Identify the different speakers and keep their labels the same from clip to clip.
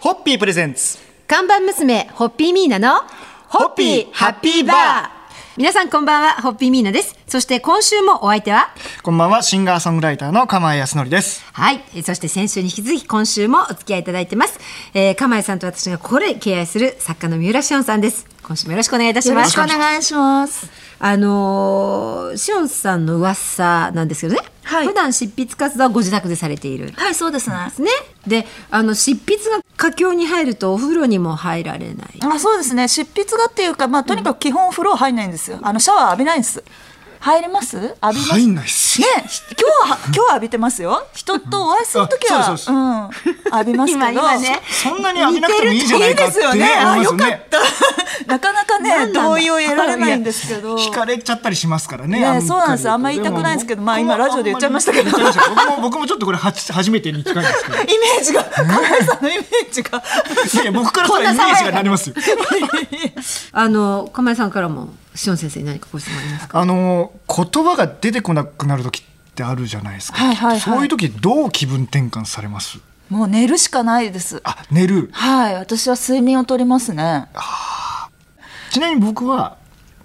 Speaker 1: ホッピープレゼンツ
Speaker 2: 看板娘ホッピーミーナの
Speaker 1: ホッピーハッピーバー
Speaker 2: 皆さんこんばんはホッピーミーナですそして今週もお相手は
Speaker 1: こんばんはシンガーソングライターの釜井康則です
Speaker 2: はいえーそして先週に引き続き今週もお付き合いいただいてます、えー、釜井さんと私が心で敬愛する作家の三浦紫音さんです今週もよろしくお願いいたし
Speaker 3: よ
Speaker 2: ま
Speaker 3: ろ
Speaker 2: す
Speaker 3: しくお願いします。
Speaker 2: あのー、紫音さんの噂なんですけどね、
Speaker 3: はい
Speaker 2: 普段執筆活動はご自宅でされている
Speaker 3: はい、そうですね。
Speaker 2: ねであの執筆が佳境に入るとお風呂にも入られない
Speaker 3: あ、そうですね。執筆がっていうか、まあ、とにかく基本お風呂入んないんですよ。あの、シャワー浴びないんです。入れます浴びます。
Speaker 1: 入ん
Speaker 3: ね、
Speaker 1: ないっす
Speaker 3: 今日は、今日は浴びてますよ。人とお会いするとき
Speaker 1: うん
Speaker 3: は、
Speaker 1: あそうです
Speaker 3: うん、浴びますけど。
Speaker 2: 今今ね
Speaker 1: そんなに浴びなくてもいいじゃないかってね
Speaker 3: いいですよね。あ、
Speaker 1: 思います
Speaker 3: よ
Speaker 1: よ
Speaker 3: かっ
Speaker 1: ね
Speaker 3: た。なかな
Speaker 2: な
Speaker 3: か
Speaker 2: んなん
Speaker 3: ね、
Speaker 2: だ
Speaker 3: 同意を得られないんですけど。
Speaker 1: 惹かれちゃったりしますからね
Speaker 3: ね
Speaker 1: あの
Speaker 3: そうなんですあんまり言いたくないんですけどまあ今ラジオで言っちゃいましたけど
Speaker 1: 言っちゃいました僕も僕もちょっとこれはち初めてに近いんですけど
Speaker 3: イメージが、亀井さんのイメージが。
Speaker 1: いや いや僕からしたらイメージがなりますよ
Speaker 2: あの釜井さんからも紫音先生に何かご質問ありますか
Speaker 1: あの言葉が出てこなくなる時ってあるじゃないですか、
Speaker 3: はいはいはい
Speaker 1: そういう時どう気分転換されます
Speaker 3: もう寝るしかないです。
Speaker 1: あ寝る
Speaker 3: はい、私は睡眠をとりますね。
Speaker 1: ちなみに僕は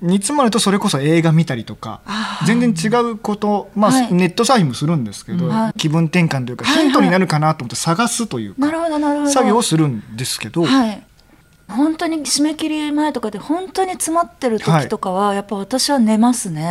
Speaker 1: 煮詰まるとそれこそ映画見たりとか全然違うこと、まあ
Speaker 3: はい
Speaker 1: ネットサーフィンもするんですけど、
Speaker 3: は
Speaker 1: 気分転換というかヒントになるかなと思って探すというか、
Speaker 3: なるほどなるほど
Speaker 1: 作業をするんですけど、
Speaker 3: はい。本当に締め切り前とかで本当に詰まってる時とかはやっぱ私は寝ますね、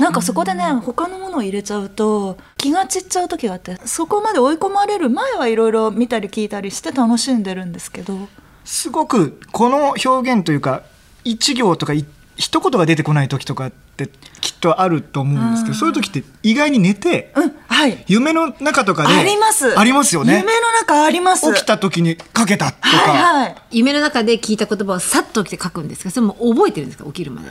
Speaker 3: なんかそこでね他のものを入れちゃうと気が散っちゃう時があってそこまで追い込まれる前はいろいろ見たり聞いたりして楽しんでるんですけど
Speaker 1: すごくこの表現というか一行とかい一言が出てこない時とかってきっとあると思うんですけどそういう時って意外に寝て
Speaker 3: うんはい
Speaker 1: 夢の中とかで
Speaker 3: あります
Speaker 1: ありますよね
Speaker 3: 夢の中あります
Speaker 1: 起きた時にかけたとか、
Speaker 3: はいはい
Speaker 2: 夢の中で聞いた言葉をさっと起きて書くんですかそれも覚えてるんですか起きるまで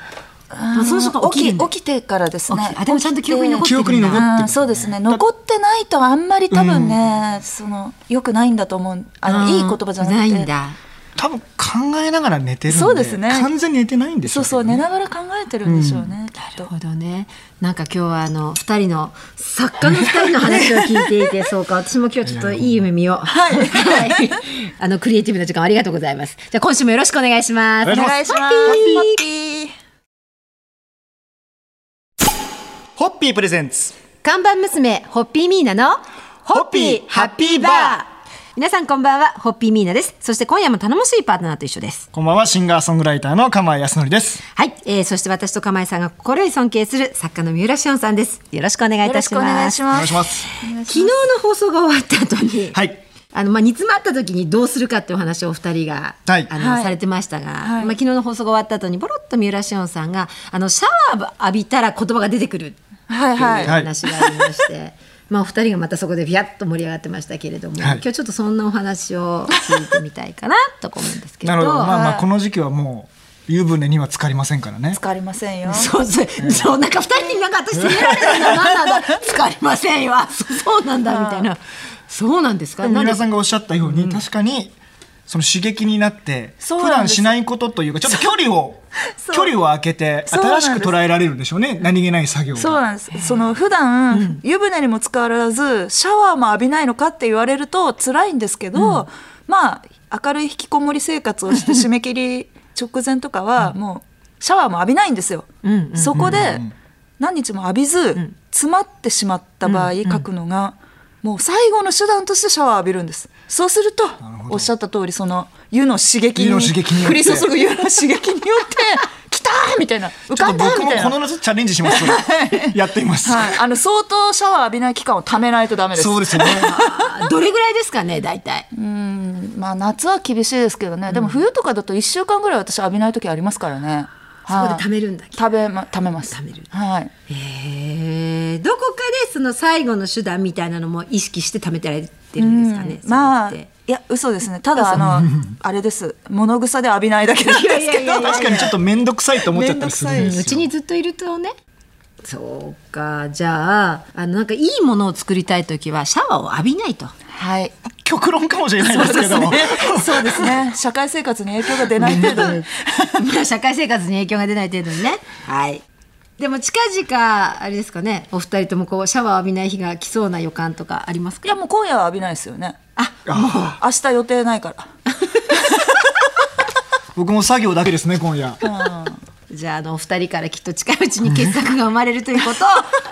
Speaker 3: あの
Speaker 2: そうすると起きる
Speaker 3: 起
Speaker 2: んだ
Speaker 3: き起きてからですね
Speaker 2: 起きあでもちゃんと記憶に残って
Speaker 1: 記
Speaker 2: るんだ
Speaker 1: 憶に残ってる、
Speaker 3: うんそうですね残ってないとあんまり多分ね、そのよくないんだと思うあのいい言葉じゃなくて
Speaker 2: ないんだ
Speaker 1: 多分考えながら寝てるんで
Speaker 3: そうですね
Speaker 1: 完全に寝てないんでし
Speaker 3: そ
Speaker 1: ょ
Speaker 3: うそう寝ながら考えてるんでしょうね、きっ
Speaker 2: なる
Speaker 3: と
Speaker 2: ほどねなんか今日はあの二人の作家の二人の話を聞いていてそうか私も今日ちょっといい夢見ようはい、あのクリエイティブな時間ありがとうございますじゃあ今週もよろしくお願いします
Speaker 1: お
Speaker 3: お
Speaker 1: 願
Speaker 3: 願
Speaker 1: い
Speaker 3: い
Speaker 1: し
Speaker 3: し
Speaker 1: ま
Speaker 3: ますす
Speaker 1: ホ
Speaker 3: ホ
Speaker 1: ッ
Speaker 3: ッピー
Speaker 1: ホッピープレゼンツ
Speaker 2: 看板娘ホッピーミーナの
Speaker 1: ホッピーハッピーバー
Speaker 2: 皆さんこんばんはホッピーミーナですそして今夜も頼もしいパートナーと一緒です
Speaker 1: こんばんはシンガーソングライターの釜井康則です
Speaker 2: はい、えー、そして私と釜井さんが心に尊敬する作家の三浦紫音さんですよろしくお願いいたします
Speaker 1: お
Speaker 3: ま
Speaker 1: 願いします
Speaker 2: 昨日の放送が終わった後に、
Speaker 1: はい
Speaker 2: あのまあ、煮詰まった時にどうするかっていうお話をお二人が、
Speaker 1: はい
Speaker 2: あの
Speaker 3: はい
Speaker 2: されてましたが、まあ、
Speaker 3: い
Speaker 2: 昨日の放送が終わった後にボロッと三浦紫音さんがあのシャワー浴びたら言葉が出てくるって
Speaker 3: はい
Speaker 2: いう
Speaker 3: はい
Speaker 1: はい
Speaker 2: 話がありまして、 まあ、お二人がまたそこでビャッと盛り上がってましたけれども、
Speaker 1: はい
Speaker 2: 今日ちょっとそんなお話を聞いてみたいかなとか思うんですけど。
Speaker 1: なるほどまあま
Speaker 3: は
Speaker 1: あ
Speaker 3: い
Speaker 1: この時期はもう湯船には浸かりませんからね
Speaker 3: 疲れませんよ
Speaker 2: そうそう、そう、なんか二人になんか私責められたんだ、なんなんだ、疲れませんよ、あそうそうなんだみたいな。そうなんですか。
Speaker 1: でも
Speaker 2: なん
Speaker 1: 皆
Speaker 2: で
Speaker 1: さんがおっしゃったように、確かにその刺激になって
Speaker 3: そう
Speaker 1: 普
Speaker 3: なん
Speaker 1: 段
Speaker 3: です
Speaker 1: しないことというかちょっと距離を
Speaker 3: そう
Speaker 1: 距離を空けて
Speaker 3: そうなん
Speaker 1: 新
Speaker 3: で
Speaker 1: し
Speaker 3: す
Speaker 1: く捉えられるんでしょうね何気ない作業が
Speaker 3: そうなんですその普段、湯船にも使わずシャワーも浴びないのかって言われると辛いんですけど、まあ明るい引きこもり生活をして締め 切り直前とかはもうシャワーも浴びないんですよ。
Speaker 2: うんうんうん
Speaker 3: そこで何日も浴びず詰まってしまった場合書くのがもう最後の手段としてシャワー浴びるんです。そうすると
Speaker 1: ほど
Speaker 3: おっしゃった通りその湯の刺激に
Speaker 1: 湯の刺激によっ
Speaker 3: 降
Speaker 1: て
Speaker 3: り注ぐ湯の刺激によって「来た!」みたいな浮
Speaker 1: ちょ
Speaker 3: か
Speaker 1: っ
Speaker 3: ん
Speaker 1: と
Speaker 3: だ
Speaker 1: 僕
Speaker 3: み
Speaker 1: も
Speaker 3: たいな
Speaker 1: この。夏チャレンジしますそれやっています、
Speaker 3: はい、あの相当シャワー浴びない期間をためないとダメです。
Speaker 1: そうですよね
Speaker 2: あどれぐらいですかね、大体。
Speaker 3: うんまあ夏は厳しいですけどね。でも冬とかだと一週間ぐらい私浴びない時ありますからね。
Speaker 2: そこで
Speaker 3: 食
Speaker 2: 貯めるんだ。
Speaker 3: 食べま食べます。
Speaker 2: 貯める
Speaker 3: はい。
Speaker 2: へえ、どこかでその最後の手段みたいなのも意識して貯めてられてるんですかね。
Speaker 3: うんまあ
Speaker 2: それ
Speaker 3: い
Speaker 2: って
Speaker 3: や嘘ですね。ただあのあれです。物草で浴びないだけなんですけど。
Speaker 2: いやいやいやいや
Speaker 1: 確かにちょっと面倒くさいと思っちゃったりするんです
Speaker 3: 面
Speaker 1: よ
Speaker 3: 倒
Speaker 2: うちにずっといるとね。そうか、じゃあ、あのなんかいいものを作りたいときはシャワーを浴びないと。
Speaker 3: はい。
Speaker 1: 極論かもしれないですけども、
Speaker 3: そうですね。社会生活に影響が出ない程 度に。
Speaker 2: まあ社会生活に影響が出ない程度にね。はい。でも近々あれですかね、お二人ともこうシャワー浴びない日が来そうな予感とかあります
Speaker 3: い
Speaker 2: か。
Speaker 3: やもう今夜は浴びないですよね。
Speaker 2: あ、
Speaker 3: 明日予定ないから。
Speaker 1: 僕も作業だけですね今夜
Speaker 2: じゃあ、あの、お二人からきっと近いうちに傑作が生まれるということを、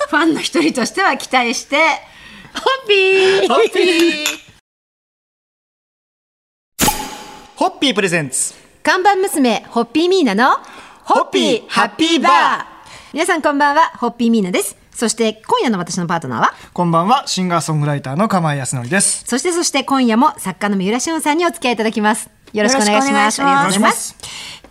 Speaker 2: ファンの一人としては期待して、ホッピー
Speaker 1: ホッピーホッピープレゼンツ
Speaker 2: 看板娘、ホッピーミーナの、
Speaker 1: ホッピーハッピーバー
Speaker 2: 皆さんこんばんは、ホッピーミーナです。そして、今夜の私のパートナーは、
Speaker 1: こんばんはシンガーソングライターの釜井康則です
Speaker 2: そしてそして今夜も作家の三浦俊さんにお付き合いいただきます。よろしくお願いします。
Speaker 3: よろ
Speaker 1: します
Speaker 2: あり
Speaker 3: しくお願い
Speaker 2: がとうございます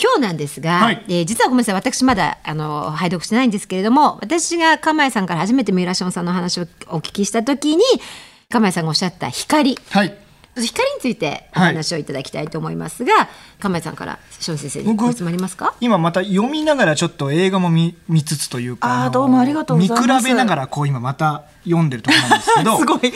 Speaker 2: 今日なんですが、
Speaker 1: はい
Speaker 2: えー実はごめんなさい、私まだあの拝読してないんですけれども、私が釜井さんから初めて三浦俊さんのお話をお聞きしたときに、釜井さんがおっしゃった光。
Speaker 1: はい
Speaker 2: 光についてお話をいただきたいと思いますが、釜井さんから俊先生に
Speaker 1: 僕
Speaker 2: ご質問ありますか
Speaker 1: 今また読みながらちょっと映画も見見つつというか
Speaker 3: あー
Speaker 1: の
Speaker 3: どうもありがとうございます
Speaker 1: 見比べながらこう今また読んでるところなんですけど
Speaker 3: すごい。はい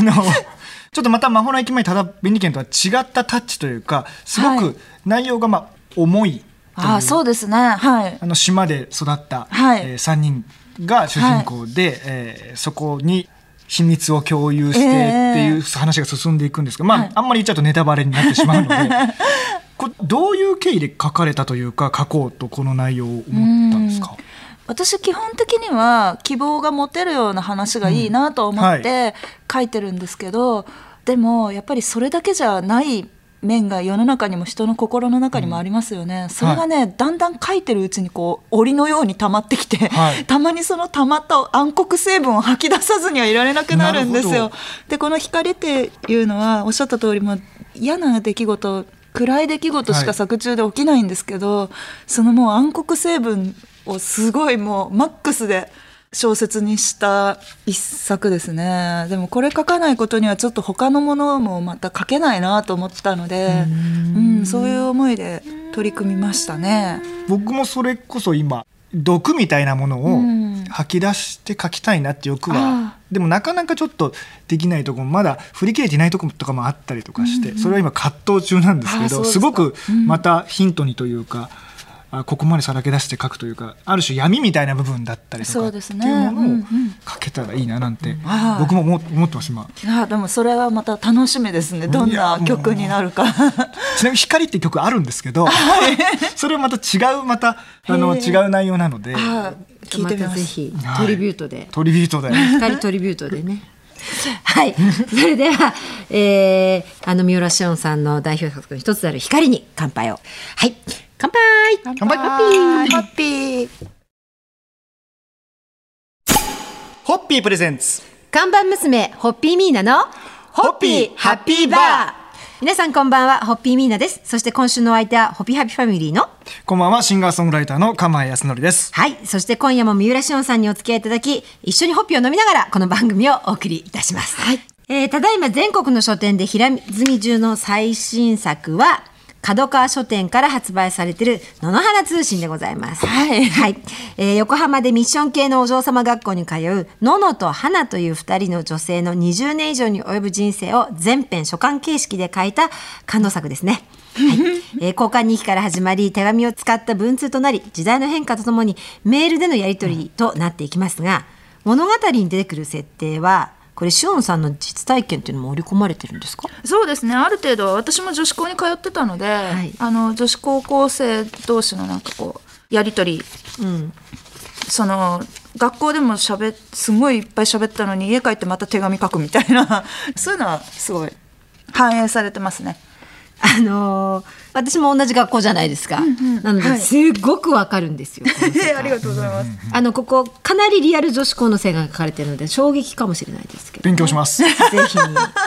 Speaker 1: あのちょっとまた「魔法の駅前ただ便利券」とは違ったタッチというかすご
Speaker 3: はい
Speaker 1: く内容がまあ重いという
Speaker 3: あー、そうですね。はい。
Speaker 1: あの島で育った、
Speaker 3: はい
Speaker 1: え3人が主人公で、えーそこに秘密を共有してっ
Speaker 3: え
Speaker 1: て
Speaker 3: え
Speaker 1: いう話が進んでいくんですが、まあ、
Speaker 3: はい
Speaker 1: あんまり言っちゃうとネタバレになってしまう のでこれどういう経緯で書かれたというか書こうとこの内容を思ったんですか
Speaker 3: 私基本的には希望が持てるような話がいいなと思って書いてるんですけど、でもやっぱりそれだけじゃない面が世の中にも人の心の中にもありますよね、それがね、だんだん書いてるうちにこう檻のように溜まってきて、
Speaker 1: はい
Speaker 3: たまにその溜まった暗黒成分を吐き出さずにはいられなくなるんです
Speaker 1: なる
Speaker 3: よ
Speaker 1: ほ。
Speaker 3: でこの光っていうのはおっしゃった通りもう嫌な出来事暗い出来事し
Speaker 1: は
Speaker 3: か
Speaker 1: い
Speaker 3: 作中で起きないんですけど、そのもう暗黒成分をすごいもうマックスで小説にした一作ですねでもこれ書かないことにはちょっと他のものもまた書けないなと思ったのでうんそういう思いで取り組みましたね。
Speaker 1: 僕もそれこそ今毒みたいなもの
Speaker 3: う
Speaker 1: を
Speaker 3: ん
Speaker 1: 吐き出して書きたいなって欲
Speaker 3: あ
Speaker 1: は、でもなかなかちょっとできないとこもまだ振り切れていないとことかもあったりとかして、それは今葛藤中なんです
Speaker 3: あ
Speaker 1: け
Speaker 3: ーそう
Speaker 1: ど
Speaker 3: ですすか
Speaker 1: ごくまたヒントにというか、あここまでさらけ出して書くというかある種闇みたいな部分だったりと
Speaker 3: そ
Speaker 1: か
Speaker 3: う
Speaker 1: って
Speaker 3: で
Speaker 1: い
Speaker 3: す
Speaker 1: う
Speaker 3: ね
Speaker 1: も
Speaker 3: うん
Speaker 1: の
Speaker 3: う
Speaker 1: を
Speaker 3: ん
Speaker 1: 書けたらいいななんて、
Speaker 3: はい
Speaker 1: 僕も思思ってます今。
Speaker 3: いやでもそれはまた楽しみですねどん
Speaker 1: いや
Speaker 3: な
Speaker 1: もう
Speaker 3: 曲になるか。
Speaker 1: ちなみに「光」って曲あるんですけどそれはまた違うまたあの
Speaker 3: へ
Speaker 1: 違う内容なので
Speaker 3: 聞いてみ
Speaker 2: ま
Speaker 3: ま
Speaker 2: たぜ
Speaker 3: す。
Speaker 2: ひ
Speaker 1: はい
Speaker 2: トリビュートで、
Speaker 1: トリビュートで。
Speaker 2: 光トリビュート でね。はい、それでは、えー、あの三浦紫音さんの代表作の一つである光に乾杯を。はい、乾杯。
Speaker 1: 乾杯
Speaker 3: ハッピー
Speaker 1: ホッピープレゼンツ
Speaker 2: 看板娘ホッピーミーナの
Speaker 1: ホッピーハッピーバー
Speaker 2: 皆さんこんばんはホッピーミーナですそして今週のお相手はホピーハピファミリーの
Speaker 1: こんばんはシンガーソングライターの釜井康則です
Speaker 2: はいそして今夜も三浦紫音さんにお付き合いいただき一緒にホッピーを飲みながらこの番組をお送りいたしますはい、えー、ただいま全国の書店で平積中の最新作は角川書店から発売されている野々花通信でございます。
Speaker 3: はい
Speaker 2: はい、えー横浜でミッション系のお嬢様学校に通うののと花という2人の女性の20年以上に及ぶ人生を全編書簡形式で書いた感動作ですね。はいえー交換日記から始まり手紙を使った文通となり時代の変化とともにメールでのやり取りとなっていきますが物語に出てくる設定はこれシオンさんの実体験というのも織り込まれてるんですか
Speaker 3: そうですねある程度私も女子校に通ってたので、
Speaker 2: い
Speaker 3: あの女子高校生同士のなんかこうやり取り、その学校でもしゃべすごいいっぱい喋ったのに家帰ってまた手紙書くみたいな そういうのはすごい反映されてますね。
Speaker 2: あのー私も同じ学校じゃないですか、なの
Speaker 3: は
Speaker 2: で
Speaker 3: い
Speaker 2: すごくわかるんですよ、この世界
Speaker 3: ありがとうございます。
Speaker 2: あのここかなりリアル女子校の生が書かれてるので衝撃かもしれないですけど、
Speaker 1: 勉強し ます
Speaker 2: ぜひ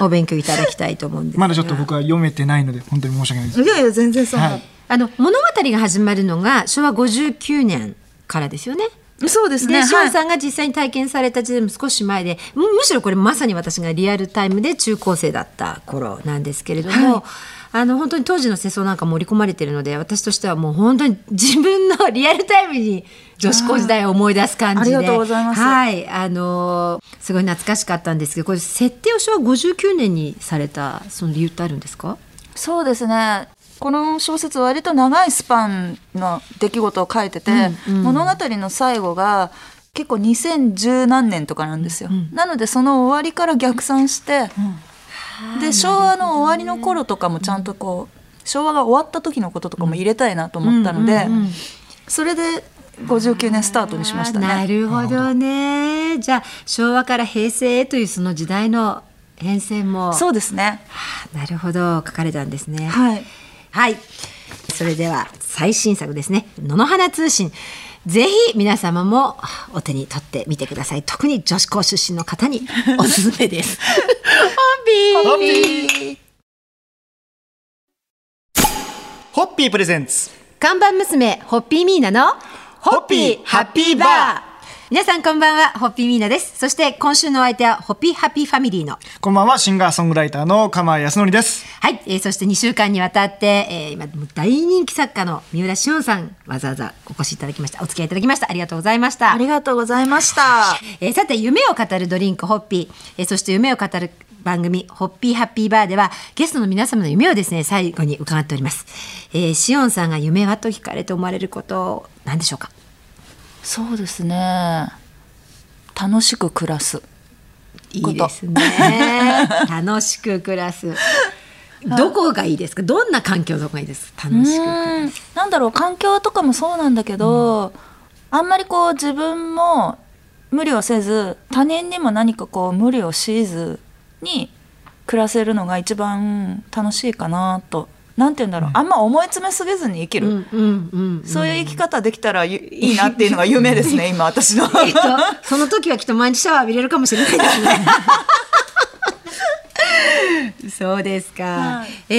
Speaker 2: お勉強いただきたいと思うんです が
Speaker 1: まだちょっと僕は読めてないので本当に申し訳ないです
Speaker 3: いやいや全然そんな、
Speaker 1: はい
Speaker 2: あの物語が始まるのが昭和59年からですよね。
Speaker 3: そうですね。
Speaker 2: で、しお
Speaker 3: は
Speaker 2: ん
Speaker 3: い
Speaker 2: さんが実際に体験された時代も少し前で、むむしろこれまさに私がリアルタイムで中高生だった頃なんですけれども、あの本当に当時の世相なんか盛り込まれてるので、私としてはもう本当に自分のリアルタイムに女子高時代を思い出す感じで、
Speaker 3: あーありがとうございます
Speaker 2: はい、あのーすごい懐かしかったんですけど、これ設定を昭和59年にされたその理由ってあるんですか？
Speaker 3: そうですねこの小説割と長いスパンの出来事を書いてて、物語の最後が結構2010何年とかなんですよ、なのでその終わりから逆算して、で昭和の終わりの頃とかもちゃんとこう昭和が終わった時のこととかも入れたいなと思ったので、
Speaker 2: うんうんうん
Speaker 3: それで59年スタートにしましたね。
Speaker 2: あーなるほどね。じゃあ昭和から平成へというその時代の変遷も。
Speaker 3: そうですね。
Speaker 2: あーなるほど書かれたんですね。
Speaker 3: はい。
Speaker 2: はい。それでは最新作ですね。野々花通信。ぜひ皆様もお手に取ってみてください。特に女子校出身の方におすすめです。
Speaker 1: ホッ
Speaker 2: ホ
Speaker 1: ピ
Speaker 2: ッピー
Speaker 1: ホッピープレゼンツ
Speaker 2: 看板娘ホッピーミーナの
Speaker 1: ホッピーハッピーバー
Speaker 2: 皆さんこんばんはホッピーミーナですそして今週のお相手はホッピーハッピーファミリーの
Speaker 1: こんばんはシンガーソングライターの釜井康則です
Speaker 2: はい、えーそして2週間にわたって、えー今もう大人気作家の三浦紫音さんわざわざお越しいただきましたお付き合いいただきましたありがとうございました
Speaker 3: ありがとうございました。
Speaker 2: えーさて夢を語るドリンクホッピー、えーそして夢を語る番組ホッピーハッピーバーではゲストの皆様の夢をですね最後に伺っております、えー、シオンさんが夢はと聞かれて思われることなんでしょうか
Speaker 3: そうですね。楽しく暮らす。
Speaker 2: いいです ね楽しく暮らすどこがいいですかどんな環境どこがいいです楽
Speaker 3: う
Speaker 2: しく
Speaker 3: ん。なんだろう環境とかもそうなんだけど、あんまりこう自分も無理をせず他人にも何かこう無理をしずに暮らせるのが一番楽しいかなと。なんて言うんだろう、あんま思い詰めすぎずに生きる、
Speaker 2: うんうんうん
Speaker 3: そういう生き方できたらゆいいなっていうのが夢ですね今私 の。
Speaker 2: えっと、その時はきっと毎日シャワー浴びれるかもしれないですね。そうですか。
Speaker 3: はい
Speaker 2: え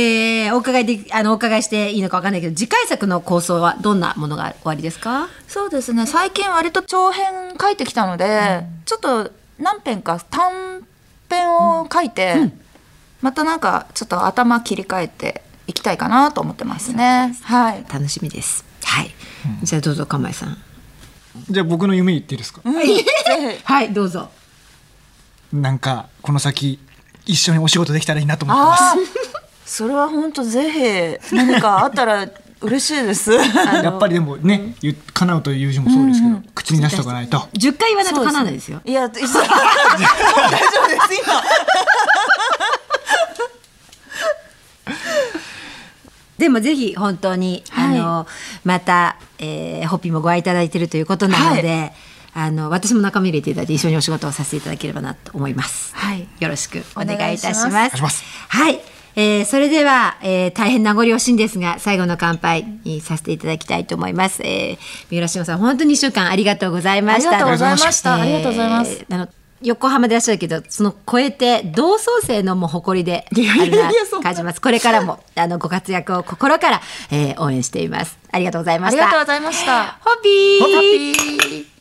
Speaker 2: ーお伺いで、あの、お伺いしていいのかわかんないけど、次回作の構想はどんなものが終わりですか。
Speaker 3: そうですね最近割と長編書いてきたので、ちょっと何編か短編を書いて、またなんかちょっと頭切り替えていきたいかなと思ってますね。はい、
Speaker 2: 楽しみです。はい。じゃあ、どうぞ、かまえさん。
Speaker 1: じゃあ僕の夢言っていいですか、
Speaker 2: はい、どうぞ。
Speaker 1: なんかこの先一緒にお仕事できたらいいなと思ってます
Speaker 3: ああそれは本当ぜひ何かあったら嬉しい です。
Speaker 1: やっぱりでもね、ゆ叶うという字もそうですけど、口に出しとかないと
Speaker 2: 十回言わないと叶わないですよ。
Speaker 3: い や、いや大丈夫です今。
Speaker 2: でもぜひ本当に、
Speaker 3: はい
Speaker 2: あのまた、えーホッピーもご愛いただいてるということなので、あの私も仲間入れていただいて一緒にお仕事をさせていただければなと思います。
Speaker 3: はい
Speaker 2: よろしくお願いいたし
Speaker 3: お願
Speaker 2: ま
Speaker 3: い
Speaker 2: す。
Speaker 1: します
Speaker 2: はい、えーそれでは、えー大変名残惜しいんですが最後の乾杯にさせていただきたいと思います。えー三浦志保さん本当に一週間ありがとうございました。
Speaker 3: ありがとうございました
Speaker 2: えー
Speaker 3: ありがとうございます。
Speaker 2: あの横浜でいらっしゃるけどその超えて同窓生のもう誇りであ
Speaker 3: やい
Speaker 2: る
Speaker 3: や
Speaker 2: な
Speaker 3: そんな
Speaker 2: 感じます。これからもあのご活躍を心から、えー応援しています。ありがとうございま
Speaker 3: あ
Speaker 2: し
Speaker 3: り
Speaker 2: た。
Speaker 3: がとうございました。
Speaker 2: ホッピー。
Speaker 3: ハッピー